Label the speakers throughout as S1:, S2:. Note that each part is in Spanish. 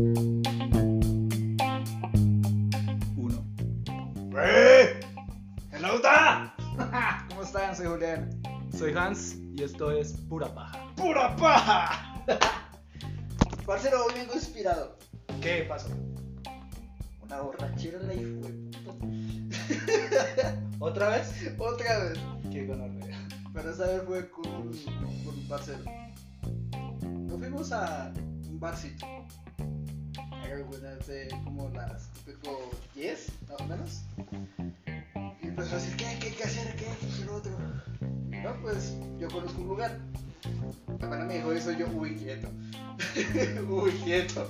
S1: ¡Eh!
S2: Hans y esto es Pura Paja.
S1: ¡Pura paja! Parcero, hoy vengo inspirado.
S2: ¿Qué pasó?
S1: Una borrachera en la hijo de puta.
S2: ¿Otra vez?
S1: Otra vez.
S2: Qué gonorrea.
S1: Pero esta vez fue con, con un parcero. Nos fuimos a un barcito. Era buenas de como las tipo 10, más o menos. Y empezó a decir, ¿qué? ¿Qué hay que hacer? ¿Qué? ¿Qué lo otro? No, pues yo conozco un lugar. Mi hermana me dijo eso, yo, uy, quieto. uy, quieto.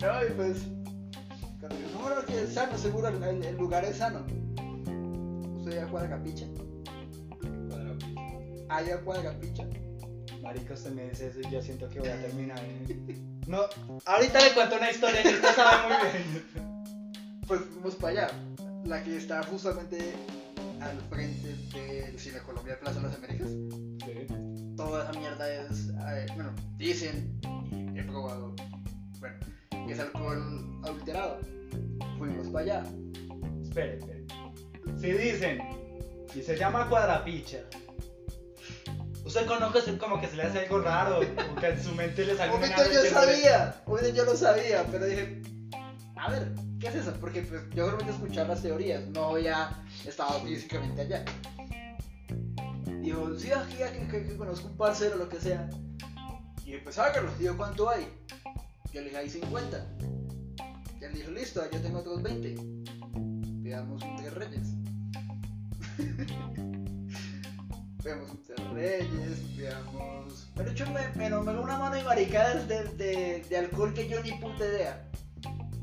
S1: No, y pues, cuando yo, no, no, que es sano, seguro, el, el lugar es sano. Usted ya juega capicha. Allá juega picha.
S2: Marico, usted me dice eso y yo siento que voy a terminar. en- No, ahorita le cuento una historia que usted sabe muy bien.
S1: Pues fuimos para allá. La que está justamente al frente del Cine Colombia Plaza de las Américas. toda esa mierda es, eh, bueno, dicen, y he probado, bueno, que es alcohol adulterado. Fuimos para allá.
S2: Espere, espere. Si dicen, y se llama cuadrapicha. Usted conoce como que se le hace algo raro, o que en su mente le salió
S1: Obviamente yo sabía, obviamente yo lo sabía, pero dije, a ver, ¿qué es eso? Porque pues, yo solamente escuchaba las teorías, no había estado físicamente allá. Dijo, sí, aquí, aquí, que- que conozco un parcero, lo que sea. Y empezó a Carlos, digo, ¿cuánto hay? Yo le dije, hay 50. Y él dijo, listo, yo tengo otros 20. Veamos un tres reyes. Veamos un tres reyes, veamos. Pero échame, pero me dio una mano y maricadas de, de, de alcohol que yo ni puta idea.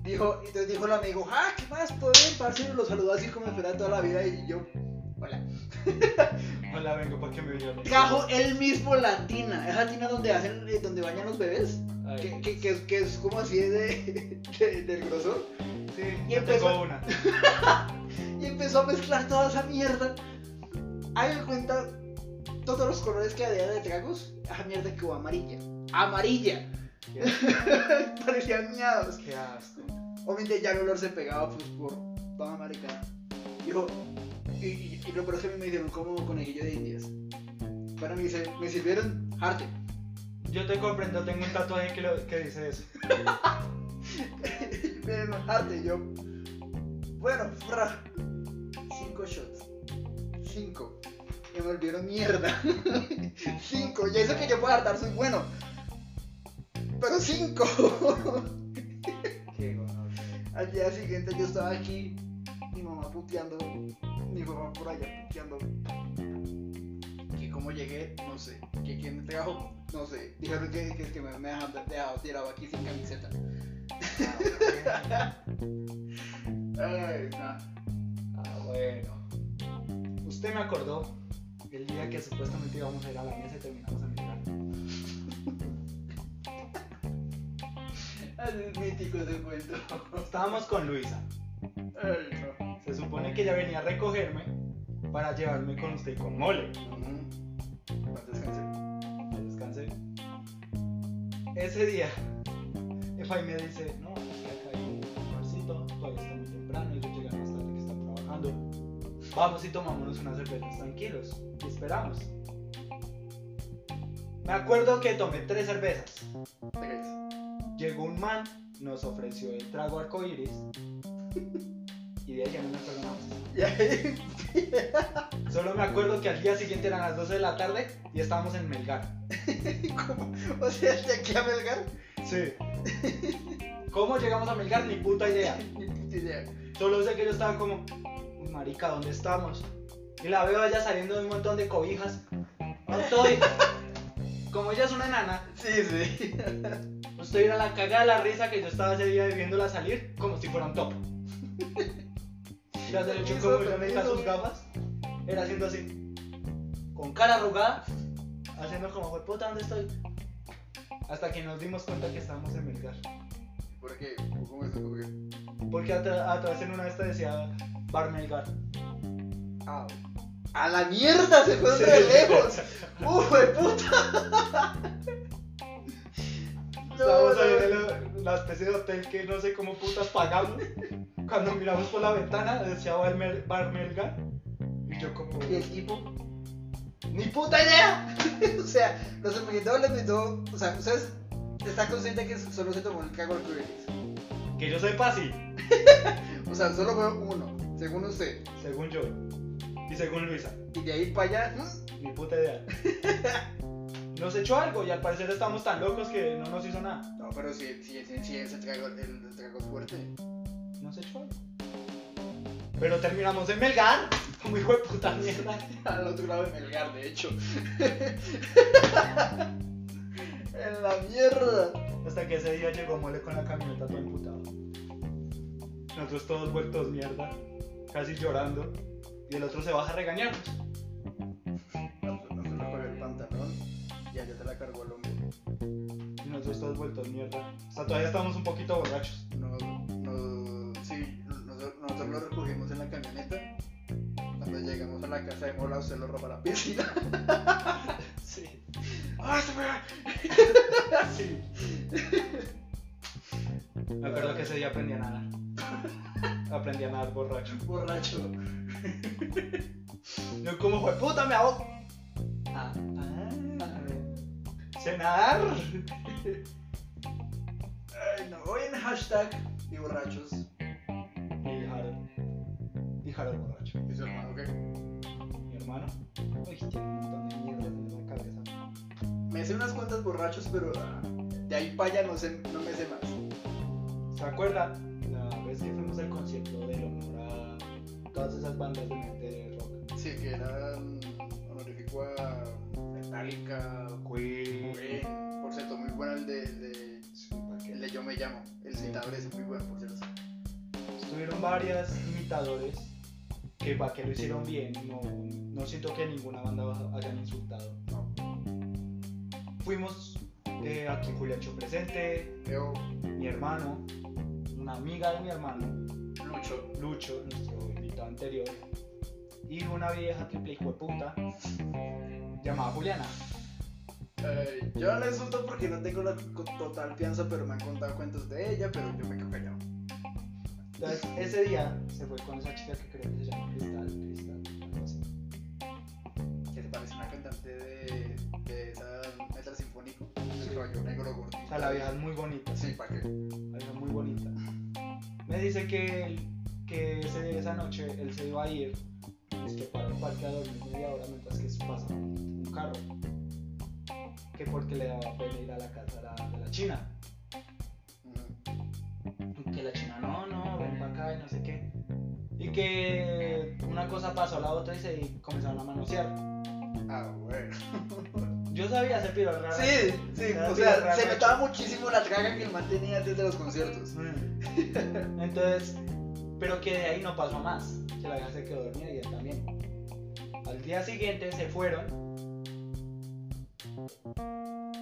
S1: Dijo, y entonces dijo el amigo, ah, ¿qué más? Todo bien, parce, lo saludó así como esperaba toda la vida y yo, hola.
S2: Hola, vengo porque me vio.
S1: Trajo él mismo la tina, esa tina donde hacen, eh, donde bañan los bebés,
S2: Ay,
S1: que, que, que, es- que es como así de, de- del grosor.
S2: Sí,
S1: y
S2: yo
S1: empezó-
S2: tengo una.
S1: y empezó a mezclar toda esa mierda. Hagan cuenta todos los colores que había de tragos. Esa mierda que quedó amarilla. ¡Amarilla!
S2: Qué,
S1: Parecían miados.
S2: qué asco.
S1: Obviamente ya el olor se pegaba pues por toda maricada. Dijo, y, y, y lo peor es que a mí me dieron como conejillo de indias. Bueno, me, dice- me sirvieron harte.
S2: Yo te comprendo, tengo un tatuaje que, lo- que dice eso.
S1: me dieron harte. Yo, bueno, fra. Cinco shots. Cinco. Me volvieron mierda. cinco. Y eso que yo puedo hartar soy bueno. Pero cinco.
S2: Qué gonorrea.
S1: Al día siguiente yo estaba aquí. Mi mamá puteando. Mi papá por allá puteando. Que cómo llegué, no sé. Que quién me trajo, no sé. Dijeron que, que, que me, me dejaron dejado tirado aquí sin camiseta.
S2: Ah,
S1: Ay, nada.
S2: Ah, bueno. Usted me acordó el día que supuestamente íbamos a ir a la mesa y terminamos en mi casa.
S1: Es mítico ese cuento.
S2: Estábamos con Luisa.
S1: Ay, no.
S2: Se supone que ella venía a recogerme para llevarme con usted y con Mole.
S1: Bueno, descanse.
S2: Ya descansé. Ese día, Efay me dice, no, es que acá hay un barcito, todavía está muy temprano, ellos llegan más tarde que están trabajando. Vamos y tomámonos unas cervezas tranquilos y esperamos. Me acuerdo que tomé tres cervezas.
S1: Tres.
S2: Llegó un man, nos ofreció el trago arcoíris y de ahí ya no me acuerdo nada más.
S1: Y ahí,
S2: Solo me acuerdo que al día siguiente eran las 12 de la tarde y estábamos en Melgar.
S1: ¿cómo? O sea, de aquí a Belgar,
S2: Sí. ¿Cómo llegamos a Melgar? Ni puta idea.
S1: ni puta idea.
S2: Solo sé que yo estaba como, "Uy, marica, ¿dónde estamos? Y la veo allá saliendo de un montón de cobijas. No estoy. Como ella es una enana,
S1: Sí, sí.
S2: usted era la caga de la risa que yo estaba ese día viéndola salir como si fuera un top. Ya se le echó como yo me sus gafas. Era haciendo así. Con cara arrugada. Haciendo como, "Jue puta, ¿dónde estoy? Hasta que nos dimos cuenta que estábamos en Melgar.
S1: ¿Por qué? ¿Cómo es ¿Por qué?
S2: Porque atra- atrás en una de estas decía Bar Melgar.
S1: Ah. ¡A la mierda! ¡Se fueron re lejos! ¡Uf, de puta!
S2: Estábamos ahí en el- la especie de hotel que no sé cómo putas pagamos. Cuando miramos por la ventana decía Bar, Mel- Bar Melgar. Y yo como,
S1: ¿Y el tipo?
S3: ¡Ni puta idea! o sea, los emprendedores les dio. O sea, ustedes están conscientes que solo se tomó el cargo de Kubernetes.
S2: Que yo sepa, sí.
S3: O sea, solo veo uno, según usted.
S2: Según yo. Y según Luisa.
S3: Y de ahí para allá, ¿hmm?
S2: Ni puta idea. Nos echó algo y al parecer estamos tan locos que no nos hizo nada.
S3: No, pero si, si, si, si ese trago, el, el trago es fuerte.
S2: Nos echó algo. Pero terminamos en Melgar. Como hijo de puta mierda.
S3: Al otro lado de Melgar, de hecho. en la mierda.
S2: Hasta que ese día llegó Mole con la camioneta todo emputado. Nosotros todos vueltos mierda, casi llorando. Y el otro se baja a regañarnos.
S3: No, pues, no se le colgó el pantalón y allá se la cargó el hombre.
S2: Y nosotros todos vueltos mierda. Hasta todavía estamos un poquito borrachos.
S3: Nos, nos, sí, nos- nosotros lo recogimos en la camioneta. Cuando llegamos a la casa de Mola, usted lo roba a la piscina.
S2: Sí.
S3: ¡Ah, se fue!
S2: sí. Me acuerdo que ese día aprendí a nadar. Aprendí a nadar borracho.
S3: Borracho.
S2: Yo como fue puta me ahogo. Ah, Sé nadar.
S3: Ay, no. Hoy en hashtag y borrachos.
S2: Y Harold. Y Harold borracho.
S3: Y su hermano, ¿qué?
S2: Mi hermano. Uy, tiene un montón de mierdas en la cabeza.
S3: Me sé unas cuantas borrachos, pero ah, de ahí para allá no, sé, no me sé más.
S2: ¿Se acuerda la vez que fuimos al concierto del honor a todas esas bandas de mente rock?
S3: Sí, que eran honorífico a Metallica,
S2: Queen.
S3: Queen. Por cierto, muy bueno el de, el de, el de Yo Me Llamo. El
S2: Sí.
S3: citador es muy bueno, por cierto.
S2: Estuvieron varias imitadores que para que lo hicieron bien, no, no siento que ninguna banda baja- hayan insultado.
S3: No.
S2: Fuimos eh, aquí Juliacho presente,
S3: Leo,
S2: mi hermano, una amiga de mi hermano,
S3: Lucho.
S2: Lucho, nuestro invitado anterior, y una vieja triple hijo de puta llamada Juliana.
S3: Eh, yo no la insulto porque no tengo la co- total fianza, pero me han contado cuentos de ella, pero yo me quedo callado.
S2: Entonces, ese día se fue con esa chica que creo que se llama Cristal, Cristal, algo así.
S3: Que se parece a una cantante de, de esa metal sinfónico. El rollo negro gordito.
S2: O sea, la vieja es muy bonita,
S3: Sí, ¿para qué?
S2: la vieja es muy bonita. Me dice que, él- que ese- esa noche él se iba a ir, es que para un parque a dormir media hora mientras que pasaba un carro. Que porque le daba pena ir a la casa de la, de la china.
S3: Ujú.
S2: que la china, no, no, ven para acá y no sé qué. Y que una cosa pasó a la otra y se comenzaron a manosear.
S3: Ah, bueno.
S2: Yo sabía ese piro raro.
S3: Sí, Ah, sí,
S2: Era
S3: o
S2: así de
S3: sea,
S2: raro,
S3: se
S2: macho.
S3: notaba muchísimo la traga que el man tenía antes de los conciertos.
S2: Mm. Entonces, pero que de ahí no pasó más. Que la vieja se quedó dormida y él también. Al día siguiente se fueron.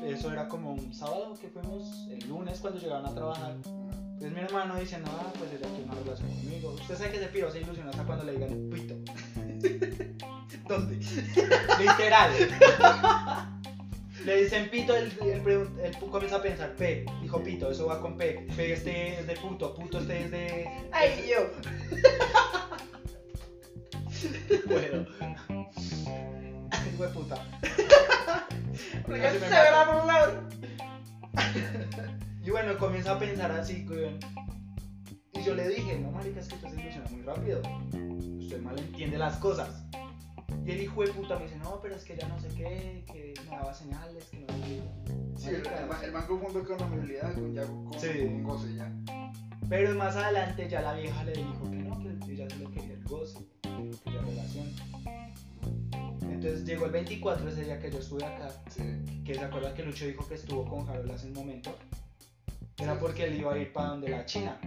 S2: Eso era como un sábado que fuimos, el lunes cuando llegaron a trabajar. Entonces mi hermano dice, no, ah, pues ella tiene una relación conmigo. Usted sabe que ese piro se ilusiona hasta cuando le digan pito.
S3: ¿Dónde?
S2: Literal. Le dicen pito, él, él pregun- él pu- comienza a pensar, P, dijo pito, eso va con P, P este es de puto, puto este es de...
S3: ¡Ay, yo!
S2: Bueno. Hijo de puta.
S3: Porque
S2: Casi
S3: se
S2: me
S3: verá
S2: mato.
S3: por un lado.
S2: Y bueno, comienza a pensar así, weón. Y yo le dije, no, marica, es que usted se ilusiona muy rápido. Usted mal entiende las cosas. Y el hijo de puta me dice, no, pero es que ya no sé qué, que me daba señales, que no sé qué.
S3: Sí, el, el man- el man confunde con amabilidad, con ya con,
S2: Sí.
S3: con goce ya.
S2: Pero más adelante ya la vieja le dijo que no, que ella solo quería el goce, que no quería relación. Entonces llegó el 24, ese día que yo estuve acá,
S3: Sí.
S2: que se acuerda que Lucho dijo que estuvo con Harold hace un momento. Era porque él iba a ir para donde la China,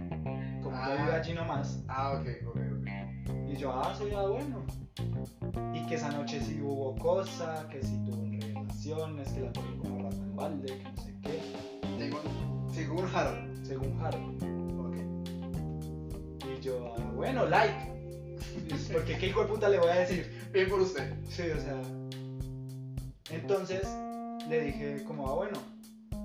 S2: como
S3: Ah.
S2: yo vive allí nomás.
S3: Ah, ok, ok, ok.
S2: Y yo, ah, se iba bueno. Y que esa noche sí hubo cosa, que sí tuvo relaciones, que la cogió como rata en balde, que no sé qué,
S3: Según, según Harold.
S2: según Harold.
S3: Ok.
S2: Y yo, ah, bueno, like. Pues, Porque qué hijo de puta le voy a decir.
S3: Bien por usted.
S2: Sí, o sea. Entonces le dije, como, ah, bueno.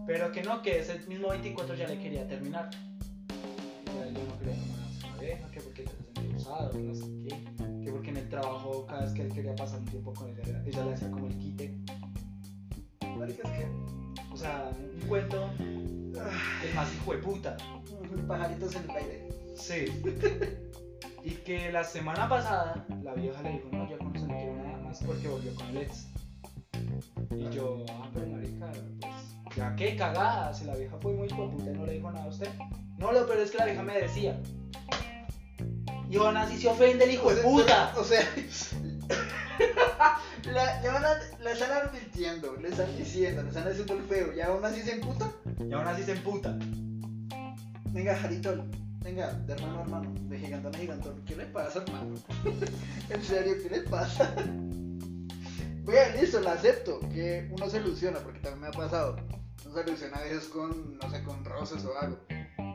S2: Pero que no, que ese mismo 24 ya le quería terminar. Ya yo no quería enamorar a su pareja, que porque ya se sentía usado, que no sé qué, que porque en el trabajo, cada vez que él quería pasar un tiempo con ella, ella le hacía como el quite.
S3: Marica, es que
S2: O sea, un cuento
S3: ah,
S2: de más hijo de puta.
S3: pajaritos en el aire.
S2: Sí. y que la semana pasada la vieja le dijo, no, yo con eso no quiero nada más porque volvió con el ex. Y yo, ah, pero marica, pues, ya qué cagada, si la vieja fue muy puta y no le dijo nada a usted. No, lo peor es que la vieja me decía. Y aún así se ofende el hijo de puta.
S3: O sea, la, le van a- la están advirtiendo, le están diciendo, le están haciendo el feo, y aún así se emputa.
S2: pues, Y aún así se emputa.
S3: Venga, Jaritol. Venga, de hermano a hermano, de gigantón a gigantón. ¿Qué le pasa, hermano? en serio, ¿qué le pasa? Vean, listo, la acepto. Que uno se ilusiona, porque también me ha pasado. Uno se ilusiona a veces con, no sé, con rosas o algo.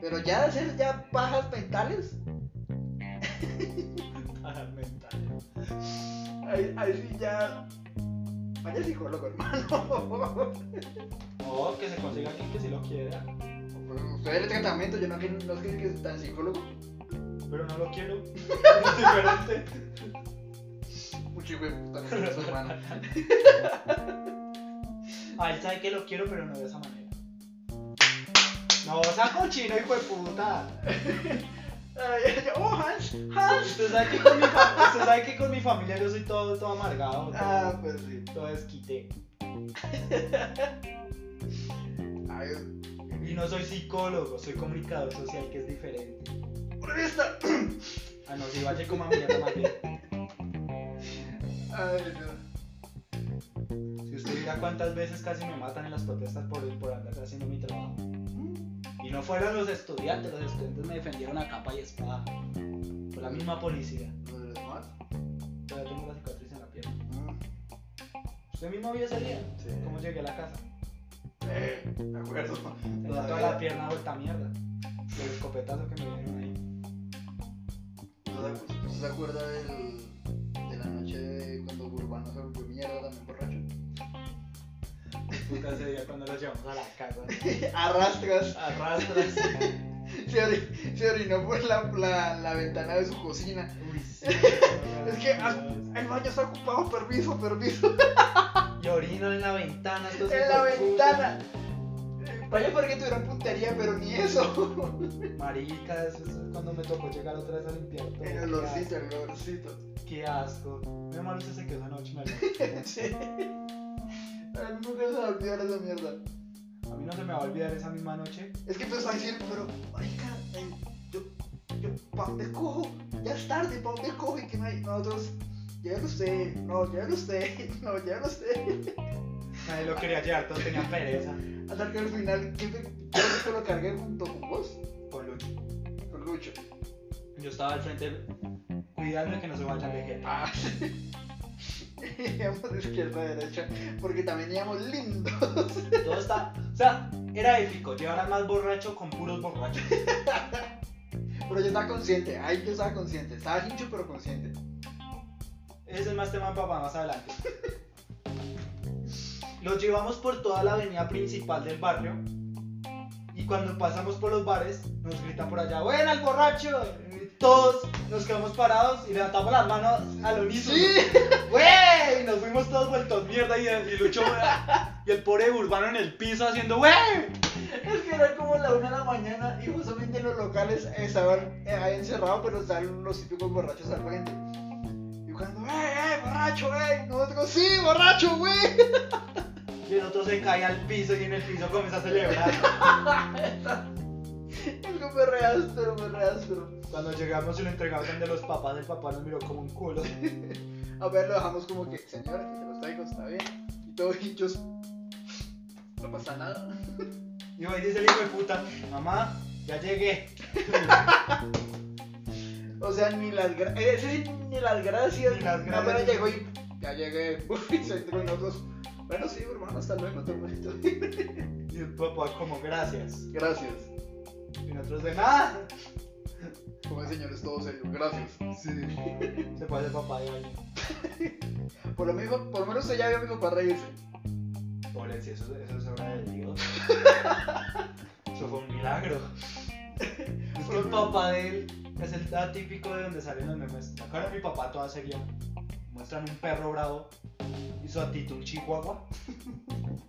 S3: Pero ya hacer ya pajas mentales,
S2: mental.
S3: ahí, ahí sí ya. Vaya psicólogo, hermano.
S2: No, que se consiga alguien que sí lo quiera.
S3: Pues usted el tratamiento, yo no, quiero- no sé que es tan psicólogo.
S2: Pero no lo quiero. Es diferente.
S3: Mucho hijo de puta, no soy hermano.
S2: A él sabe que lo quiero, pero no de esa manera. No, sea cochino, hijo de puta.
S3: Ay, yo- ¡Oh, Hans! ¡Hans!
S2: Usted sabe que con mi, fa- usted sabe que con mi familia yo soy todo, todo amargado, todo,
S3: Ah, pues sí.
S2: todo desquite.
S3: Ay,
S2: Y no soy psicólogo, soy comunicador social, que es diferente.
S3: ¡Una lista!
S2: Ah, no, si vaya como a mierda más bien.
S3: Ay, no.
S2: Si usted mira cuántas veces casi me matan en las protestas por, por andar haciendo mi trabajo. Y no fueron los estudiantes, los estudiantes me defendieron a capa y espada. Fue la misma policía.
S3: ¿Lo de los demás?
S2: Todavía tengo la cicatriz en la pierna. Usted mismo vio ese día.
S3: Mm, Sí.
S2: ¿Cómo llegué a la casa?
S3: Eh, de acuerdo.
S2: Tenía toda la pierna vuelta a mierda. Del escopetazo que me dieron ahí.
S3: ¿No se acuerda del, de la noche de cuando Urbano se volvió mierda también borracho?
S2: Puta ese día cuando los llevamos a la casa.
S3: Arrastras.
S2: Arrastras.
S3: Se, ori- se orinó por la, la, la ventana de su cocina.
S2: Uy, sí.
S3: Es que ah, el baño está ocupado, permiso, permiso.
S2: Y orino en la ventana. estos
S3: En la
S2: hijos de
S3: ventana. Eh, Vaya porque tuvieron puntería, pero ni eso.
S2: puta. Maricas, eso es cuando me tocó llegar otra vez a limpiar todo.
S3: El olorcito, el olorcito.
S2: Qué asco. Mi hermano se quedó esa noche, marica.
S3: Sí. A mí nunca se me va a olvidar esa mierda.
S2: A mí no se me va a olvidar esa misma noche.
S3: Es que empezó a decir, pero, marica, eh, yo, yo, ¿pa' dónde cojo? Ya es tarde, ¿pa' dónde cojo? Y que no hay, nosotros, llévelo usted, no, llévelo usted, no, llévelo usted.
S2: Nadie lo quería llevar, todos tenían pereza.
S3: Hasta que al final, ¿qué me, yo creo que lo cargué junto con vos,
S2: Con Lucho.
S3: con Lucho.
S2: Yo estaba al frente cuidando que no se vayan de jeta.
S3: Ah, Íbamos de izquierda a derecha, porque también íbamos lindos.
S2: Todo está. O sea, era épico. Llevar a más borracho con puros borrachos.
S3: Pero yo estaba consciente, ahí yo estaba consciente, estaba hincho pero consciente.
S2: Ese es el más tema papá más adelante. Los llevamos por toda la avenida principal del barrio. Y cuando pasamos por los bares, nos gritan por allá, ¡Buena el borracho! Y todos nos quedamos parados y levantamos las manos al unísono. ¡Wey! Y nos fuimos todos vueltos mierda y, y Lucho y el pobre urbano en el piso haciendo ¡Wey!
S3: Es que era como la una de la mañana y justamente los locales estaban eh, ahí encerrados, pero estaban los típicos borrachos al frente. Y cuando, ¡eh, eh, borracho, eh! Nosotros, ¡sí, borracho, güey!
S2: Y el otro se cae al piso y en el piso comienza a celebrar.
S3: Es como reastro, me reastro.
S2: Cuando llegamos y lo entregamos donde los papás, el papá nos miró como un culo.
S3: A ver, lo dejamos como que, señor, aquí te los traigo, está bien. Y todos hinchos, no pasa nada.
S2: Y hoy dice el hijo de puta, mamá, ya llegué.
S3: O sea, ni las gracias, ese sí, ni las gracias.
S2: Ni las
S3: No, pero
S2: gracias.
S3: llegó y, ya llegué, uf, y se entró y nosotros, bueno, sí, hermano, hasta luego, te voy a ir".
S2: Y el papá como gracias.
S3: Gracias.
S2: Y nosotros de nada.
S3: Como señores, todo serio, gracias.
S2: Sí. Se pasa el papá de ahí.
S3: Por lo, mismo, por lo menos ella vio a mi papá reírse.
S2: Pobre, si eso, eso es obra de Dios. Eso fue un milagro. Es que el papá de él Es el atípico de donde salen los memes. La cara de mi papá toda seria. Muestran un perro bravo y su actitud chihuahua.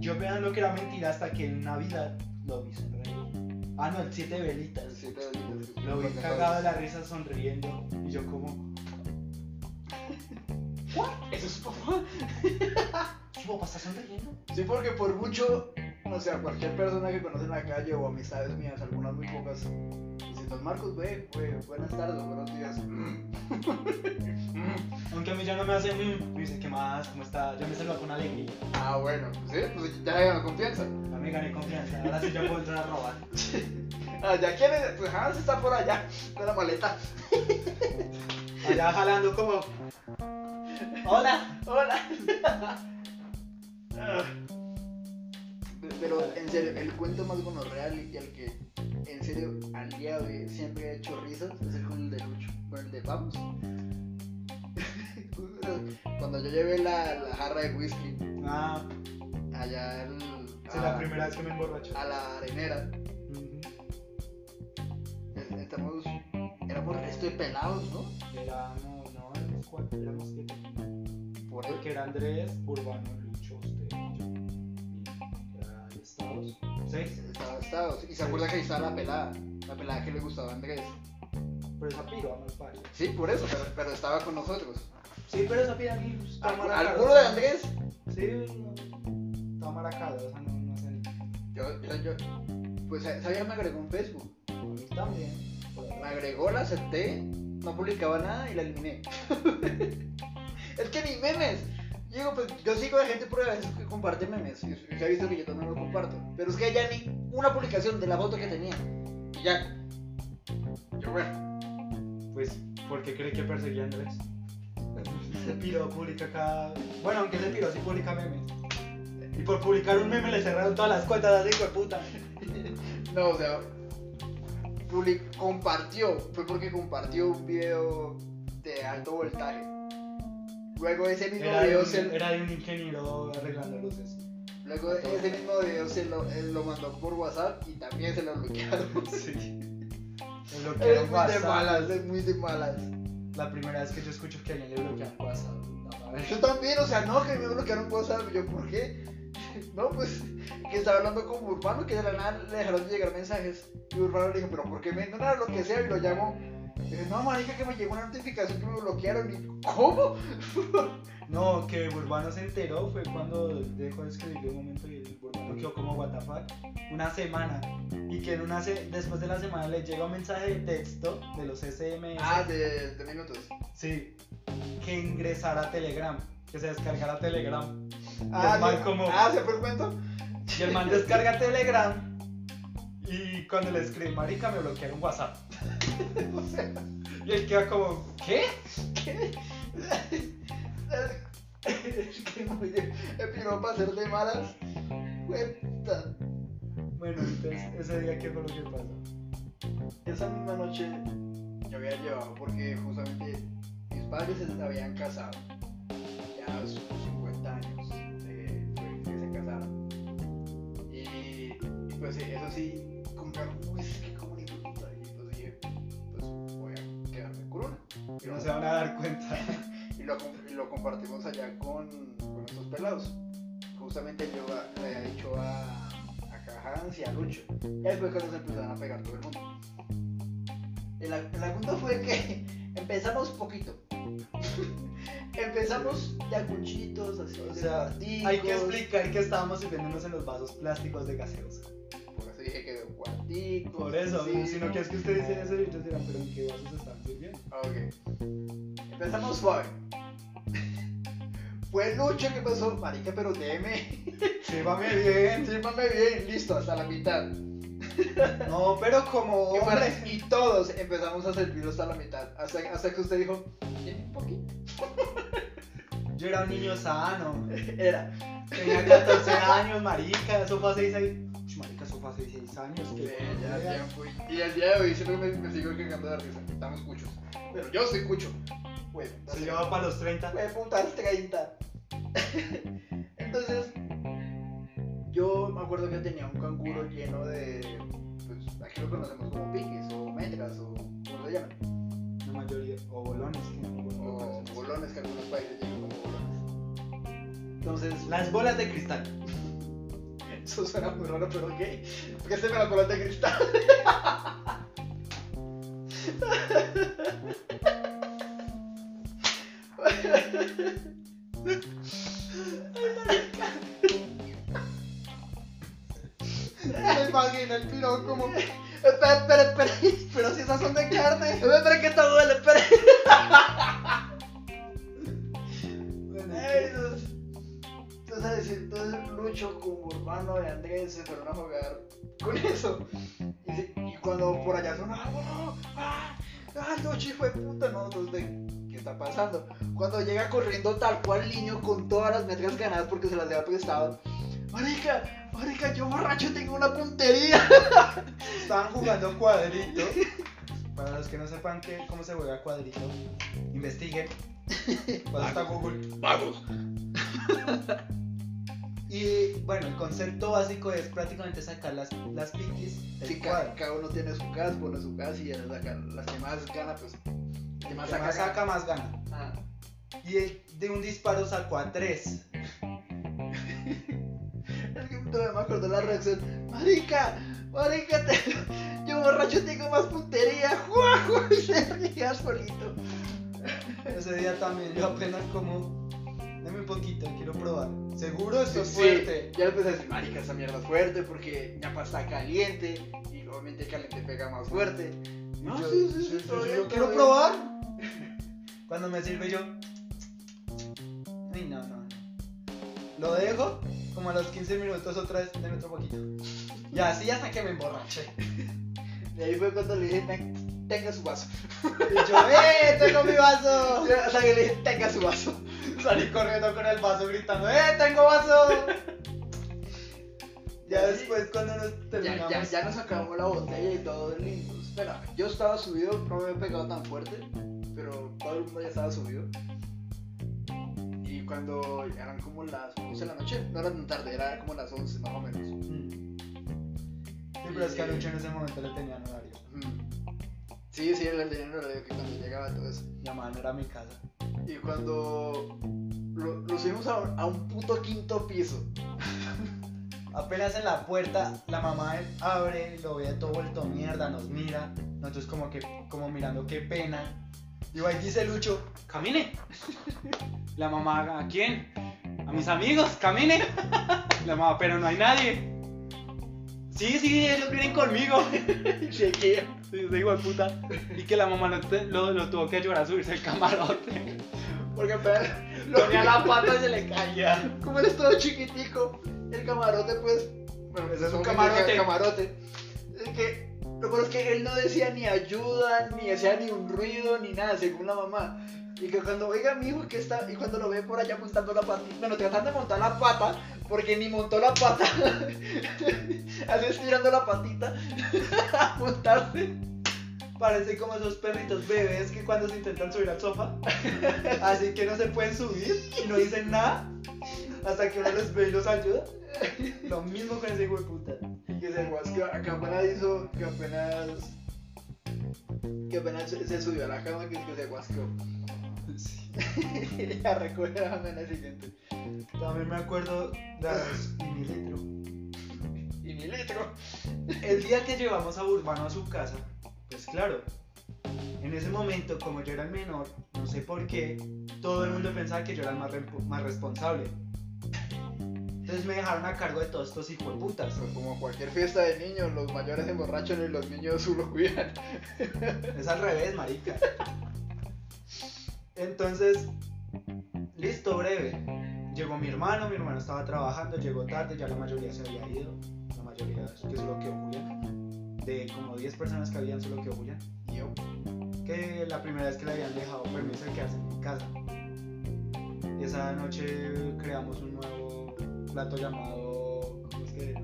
S2: Yo pensando que era mentira hasta que en Navidad lo vi sonreír. Ah, no, el siete velitas.
S3: Sí, lo vi,
S2: Lo vi
S3: cuando
S2: cagado de la risa sonriendo. Y yo como... ¿What? ¿Eso es su papá? ¿Su papá está sonriendo?
S3: Sí, porque por mucho, o sea, cualquier persona que conoce en la calle o amistades mías, algunas muy pocas, dice, Don Marcos, güey, güey, buenas tardes, buenos días.
S2: Aunque a mí ya no me hace... "Mm", Me dice, ¿qué más? ¿Cómo está? Ya me saluda con alegría.
S3: Ah, bueno, pues sí, pues ya hay una confianza.
S2: Ya me gané confianza. Ahora sí ya puedo entrar a robar.
S3: Ah, ya quieres, pues Hans está por allá, con la maleta.
S2: Allá jalando como... Hola.
S3: Hola. Ah. Pero en serio, el cuento más gonorreal y al que en serio al día de hoy siempre he hecho risas es el con el de Lucho, con el de Vamos. Cuando yo llevé la, la jarra de whisky
S2: Ah,
S3: allá al-
S2: esa
S3: a,
S2: es la primera vez que me emborracho.
S3: a la arenera,
S2: Ujú.
S3: es- estamos, éramos resto de pelados, ¿no?
S2: Éramos, no, éramos cuatro, éramos siete.
S3: Por
S2: Porque
S3: el
S2: era Andrés, Urbano, Lucho, usted y yo. Y era de Estados. Seis.
S3: estaba estados. Y se acuerda que ahí estaba la pelada, la pelada que le gustaba a Andrés.
S2: Pero esa piba no es pario.
S3: Sí, por eso, pero, pero estaba con nosotros.
S2: Sí, pero esa piba a mí. pues,
S3: Al,
S2: Tamara
S3: al culo de
S2: Cardosa.
S3: Andrés
S2: Sí, no. Tamara Cardosa, no, no sé ni.
S3: Yo, yo, yo, pues sabía me agregó en Facebook.
S2: A mí también.
S3: Me agregó, la acepté, no publicaba nada y la eliminé. es que ni memes. Yo Digo, pues yo sigo de gente por a veces que comparte memes. Y se ha visto que yo también lo comparto. Pero es que ya ni una publicación de la foto que tenía. Y ya. Yo, bueno.
S2: Pues, ¿por qué cree que perseguía a Andrés? Se piró, publica acá. Bueno, aunque se piró, sí publica memes. Y por publicar un meme le cerraron todas las cuentas así, hijo de puta.
S3: No, o sea, public- compartió. Fue porque compartió un video de alto voltaje. Luego ese mismo
S2: Era de,
S3: video
S2: un,
S3: se.
S2: era de un ingeniero arreglando luces.
S3: Luego ese mismo video se lo, él lo mandó por WhatsApp y también se lo bloquearon.
S2: Sí. Lo
S3: Es muy de malas, es muy de malas.
S2: La primera vez que yo escucho que a alguien le bloquean WhatsApp. No, a ver.
S3: Yo también, o sea, no, que me bloquearon WhatsApp. Yo, ¿por qué? No, pues, que estaba hablando con Urbano, que de la nada le dejaron de llegar mensajes. Y Urbano le dijo, ¿pero por qué me no, nada, lo que sea? Y lo llamó. Y Dije, no, marica, que me llegó una notificación que me bloquearon. Y, ¿cómo?
S2: No, que Urbano se enteró fue cuando dejó de escribir un momento y el Urbano quedó como what the fuck, una semana. Y que en una se- después de la semana le llega un mensaje de texto de los SMS.
S3: Ah, de, de minutos.
S2: Sí, que ingresara a Telegram, que se descargara Telegram.
S3: Ah,
S2: el man
S3: sí.
S2: como-
S3: ah, ¿se fue el cuento?
S2: Y el man este descarga Telegram. Y cuando le escribí, marica, me bloquearon WhatsApp.
S3: O sea,
S2: Y él queda como, ¿qué?
S3: que muy bien. Empezó para hacer de malas. Cuenta.
S2: Bueno, entonces ese día, ¿qué fue lo que pasó?
S3: Esa misma noche yo había llevado porque justamente mis padres se habían casado. Ya a sus 50 años de, fue que se casaron. Y, y pues eh, eso sí, compraron whisky como ni puta. Y entonces dije, pues voy a quedarme con una. Y
S2: Que no
S3: lo-
S2: se van a dar cuenta.
S3: y lo, com- y lo compartimos allá con, con estos pelados. Justamente yo a- le había dicho a, a Cajans y a Lucho. Y después cuando se empezaron a pegar todo el mundo. El, a- el asunto fue que empezamos poquito. empezamos de a cuchitos, así
S2: O
S3: de
S2: sea,
S3: platicos.
S2: Hay que explicar que estábamos sirviéndonos en los vasos plásticos de gaseosa.
S3: Por eso dije que de cuarticos.
S2: Por eso,
S3: así.
S2: si no quieres que ustedes dice eso, ellos dirán, pero ¿en qué vasos están sirviendo?
S3: Ok. Empezamos suave. Fue Lucho que empezó, marica, pero deme.
S2: Sírvame bien.
S3: Sírvame bien, listo, hasta la mitad.
S2: No, pero como
S3: Y
S2: hombre.
S3: bueno, Y todos empezamos a servirlo hasta la mitad. Hasta, hasta que usted dijo, "Tiene un poquito.
S2: Yo era un niño sano.
S3: Era.
S2: Tenía 14 años, marica. Eso fue hace 6 años. Ush, Marica, eso fue hace 6 años.
S3: Sí,
S2: que-
S3: ya tiempo. Y, y al día de hoy siempre me, me sigo cagando de risa. Estamos cuchos. Pero yo soy cucho. Bueno,
S2: Se llevaba para los 30.
S3: Me putas 30. Entonces, yo me acuerdo que tenía un canguro lleno de. Pues, aquí lo conocemos como piques o metras o como lo llaman.
S2: La mayoría. O bolones. que en algunos
S3: O
S2: lugares.
S3: bolones que algunos países llaman como bolones. Entonces,
S4: Las bolas de cristal.
S3: eso suena muy raro, pero ok. Porque se me la colota de cristal.
S2: Me imagino el piro como.
S3: Espera, espera, espera. Pero si esas son de carne. Espera que esto duele, espera. Ay, Dios. Entonces, entonces Lucho como hermano de Andrés se fueron a jugar con eso. Y, se- y cuando por allá son, ah, bueno, ah, ah, Lucho hijo de puta, no, entonces, ¿de ¿qué está pasando? Cuando llega corriendo tal cual el niño con todas las metras ganadas porque se las había prestado. Marica, marica, yo borracho tengo una puntería.
S2: Estaban jugando cuadrito. Para los que no sepan qué, cómo se juega cuadrito, investiguen. Para está Google.
S3: Vamos.
S2: Y bueno, el concepto básico es prácticamente sacar las, las piquis del
S3: Sí, cada,
S2: cuadro.
S3: cada uno tiene su gas, pone su gas y ya le saca- las que más gana, pues. las que más
S2: Más saca,
S3: saca,
S2: saca, más gana.
S3: gana. Ah.
S2: Y el- de un disparo sacó a tres.
S3: Es que todavía me acuerdo la reacción. Marica, marica, te- yo borracho tengo más puntería. Juajo, y se ría solito.
S2: Ese día también yo apenas como, dame un poquito, quiero probar. Seguro esto es
S3: Sí,
S2: fuerte.
S3: Ya le empecé a decir, marica, esa mierda es fuerte porque ya está caliente y obviamente caliente pega más fuerte. No,
S2: Yo-
S3: sí, sí, sí,
S2: yo- yo-
S3: todavía,
S2: yo quiero
S3: todavía.
S2: probar. Cuando me sirve yo, ay no, no, no. Lo dejo como a los 15 minutos otra vez, dame otro poquito. Y así hasta que me emborraché.
S3: Y ahí fue cuando le dije, "Ten- tenga su vaso.
S2: Y yo, ¡eh, tengo mi vaso!
S3: O sea, que le dije, tenga su vaso.
S2: Salí corriendo con el vaso gritando, ¡eh, tengo vaso! Ya
S3: Sí.
S2: después cuando nos
S3: Ya,
S2: terminamos...
S3: ya, ya nos acabamos la botella y todo lindo. Espera, yo estaba subido, no me había pegado tan fuerte, pero todo el mundo ya estaba subido. Y cuando eran como las 11 de la noche, no era tan tarde, era como las 11 más o menos.
S2: Mm. Sí, pero es que a Lucho en ese momento le tenían horario.
S3: Mm. Sí, sí, era el dinero de que cuando llegaba todo eso.
S2: Mi mamá no era a mi casa.
S3: Y cuando lo, lo subimos a, un- a un puto quinto piso.
S2: Apenas en la puerta, la mamá de él abre, lo ve todo vuelto mierda, nos mira. Nosotros como que, como mirando, qué pena. Y ahí dice Lucho,
S4: Camine. La mamá, ¿a quién? A mis amigos, camine. La mamá, pero no hay nadie. Sí, sí, ellos vienen conmigo.
S3: Llegué.
S4: Sí, sí, hijo de puta. Y que la mamá lo, te- lo- lo tuvo que ayudar a subirse el camarote.
S3: Porque apenas lo
S4: Ponía la pata y se le caía.
S3: Como él es todo chiquitico, el camarote, pues. Bueno,
S2: Ese es
S3: supongo
S2: un
S3: que
S2: camarote.
S3: el camarote. Es que. Lo peor es que él no decía ni ayuda, ni hacía ni un ruido, ni nada, según la mamá. Y que cuando oiga a mi hijo que está, y cuando lo ve por allá montando la pata, bueno, tratando de montar la pata, porque ni montó la pata, así estirando la patita, a montarse.
S2: parece como esos perritos bebés que cuando se intentan subir al sofá, así que no se pueden subir y no dicen nada hasta que uno los ve y los ayuda. Lo mismo con ese hijo de puta.
S3: Y que se guasqueó, que apenas hizo, que apenas. que apenas se se subió a la cama, que, que se guasqueó. y la recoge la mañana siguiente.
S2: También me acuerdo de los mililitros.
S3: Y mi letro.
S2: El día que llevamos a Urbano a su casa, pues claro, en ese momento, como yo era el menor, no sé por qué, todo el mundo pensaba que yo era el más, rempo- más responsable. Entonces me dejaron a cargo de todos estos hijueputas.
S3: Como cualquier fiesta de niños, los mayores se emborrachan y los niños lo cuidan.
S2: Es al revés, marica. Entonces, listo, breve. Llegó mi hermano, mi hermano estaba trabajando, llegó tarde, ya la mayoría se había ido. La mayoría, que solo quedó Julián. De como 10 personas que habían, solo quedó Julián.
S3: Y yo,
S2: que la primera vez que le habían dejado permiso de quedarse en mi casa. Y esa noche creamos un nuevo plato llamado. ¿Cómo es que? era?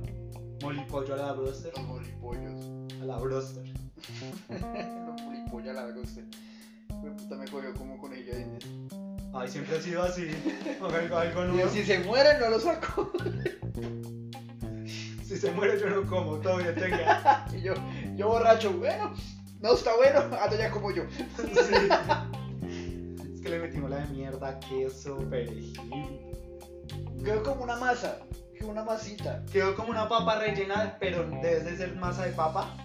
S2: Molipollo a la broster.
S3: los bolipollos.
S2: A la broster.
S3: Los bolipollos la verdad usted. Me puta me cogió como con ella de dientes.
S2: Ay, siempre ha sido así. O algo, algo nuevo.
S3: si se mueren, no lo saco.
S2: Sí, Si se muere yo no como, todavía tenga.
S3: Y yo, yo borracho, bueno, no está bueno, ando ya como yo.
S2: Sí. Es que le metimos la de mierda, queso, perejil.
S3: Quedó como una masa, que una masita.
S2: Quedó como una papa rellena, pero debe de ser masa de papa.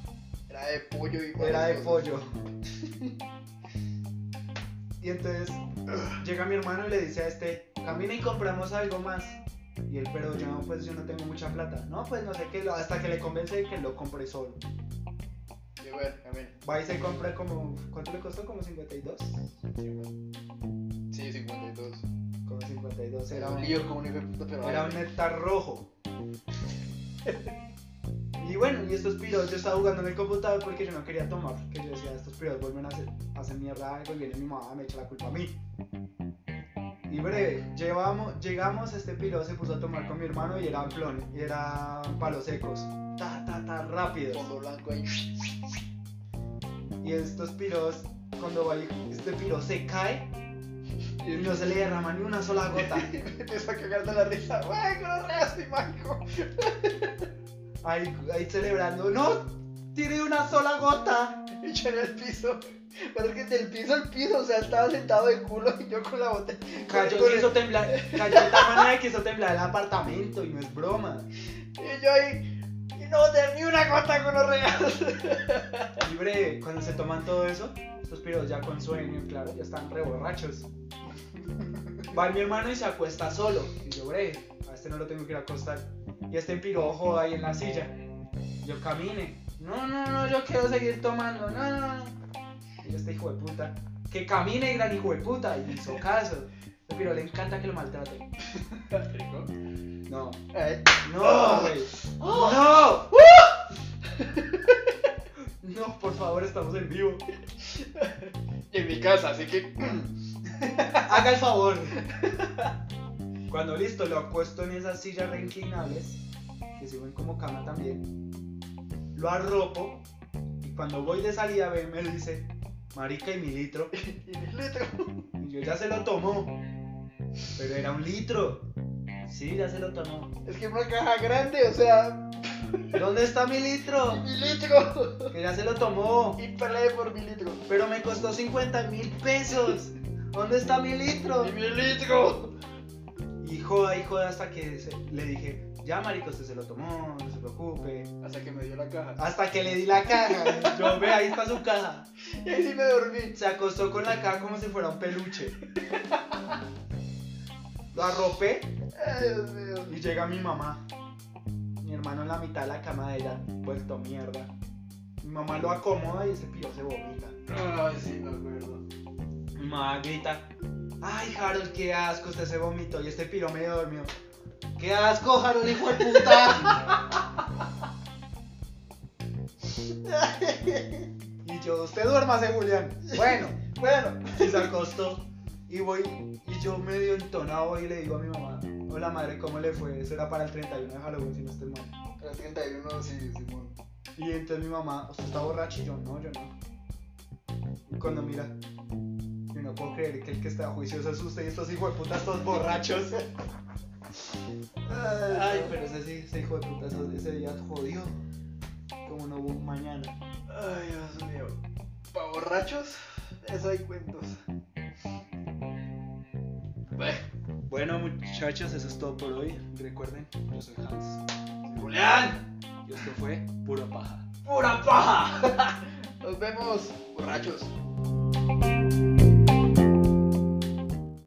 S3: Era de pollo y
S2: Era
S3: varias
S2: de
S3: cosas.
S2: pollo. Y entonces llega mi hermano y le dice a este, camina y compramos algo más. Y él, pero yo no, pues yo no tengo mucha plata. No, pues no sé qué, lo- hasta que le convence de que lo compre solo.
S3: Sí, bueno, a ver.
S2: Va y se compra como, ¿cuánto le costó? Como 52.
S3: Sí, bueno. Sí, 52.
S2: Como 52 era un,
S3: Y yo como un hijo de puta, pero
S2: era un néctar rojo. Y bueno, y estos piros, yo estaba jugando en el computador porque yo no quería tomar, porque yo decía, estos piros vuelven a hacer, hacen mierda algo y viene mi mamá, me echa la culpa a mí. Y breve, llevamos, llegamos, este piro se puso a tomar con mi hermano y eran clones, y eran palos secos, ta, ta, ta, rápidos.
S3: fondo blanco ahí.
S2: Y estos piros, cuando va y- este piro se cae, y no se le derrama ni una sola gota.
S3: Me empezó a cagar de la risa. ¡Güey, con los reas, mi mágico!
S2: Ahí, ahí celebrando. ¡No! ¡Tiré una sola gota!
S3: Y yo en el piso. Pero es que del piso al piso, o sea, estaba sentado de culo y yo con la botella.
S2: Cayó,
S3: con el-
S2: quiso temblar. Cayó de tal manera que hizo temblar el apartamento y no es broma.
S3: Y yo ahí. Y no, de ni una gota con los regalos.
S2: Y breve, cuando se toman todo eso, estos piros ya con sueño, claro, ya están re borrachos. Va mi hermano y se acuesta solo. Y yo, breve, a este no lo tengo que ir a acostar. Y este pirojo ahí en la silla. Yo camine. No, no, no, yo quiero seguir tomando. No, no, no. Y este hijo de puta. Que camine, gran hijo de puta. Y hizo caso. Pero le encanta que lo maltraten. No. Ah.
S3: Ay,
S2: Eh, No, güey. No. No, por favor, estamos en vivo.
S3: en mi casa, así que.
S2: Haga el favor. Cuando listo, lo acuesto en esas sillas reinclinables, que sirven como cama también. Lo arropo y cuando voy de salida, ve, me lo dice, marica y mi litro.
S3: Y mi litro.
S2: Y yo ya se lo tomó. Pero era un litro. Sí, ya se lo tomó.
S3: Es que una caja grande, o sea.
S2: ¿Dónde está mi litro?
S3: Mi litro.
S2: Que ya se lo tomó.
S3: Y peleé por mi litro.
S2: Pero me costó 50 mil pesos. ¿Dónde está mi litro?
S3: Y mi litro.
S2: Y joda, y joda hasta que se- le dije, ya marico, usted se lo tomó, no se preocupe.
S3: Hasta que me dio la caja.
S2: Hasta que le di la caja. Yo ve, ahí está su caja.
S3: Y ahí sí me dormí.
S2: Se acostó con la caja como si fuera un peluche. Lo arropé
S3: Ay, Dios mío.
S2: y llega mi mamá. Mi hermano en la mitad de la cama de ella, vuelto mierda. Mi mamá lo acomoda y ese piro se vomita.
S3: Ay, sí, me acuerdo.
S2: Mi mamá grita, ay Harold, qué asco, usted se vomitó y este piro medio dormido. Qué asco, Harold, hijo de puta. y yo, usted duérmase, Julián. Bueno,
S3: Bueno,
S2: y se acostó. Y voy, y yo medio entonado y le digo a mi mamá, hola madre, ¿cómo le fue? Eso era para el 31 de Halloween, si no estoy mal.
S3: el 31 sí, Simón.
S2: Y entonces mi mamá, ¿usted está borracho? Y yo, no, yo no. Y cuando mira, yo no puedo creer que el que está juicioso es usted y estos hijos de puta, estos borrachos. Ay, pero ese, sí, ese hijo de puta ese- ese día jodió. Como no hubo un mañana.
S3: Ay, Dios mío. ¿Para borrachos? Eso hay cuentos.
S2: Bueno, muchachos, eso es todo por hoy. Recuerden, yo soy Hans.
S3: ¡Julián!
S2: Y esto fue Pura Paja.
S3: ¡Pura paja! Nos vemos, borrachos.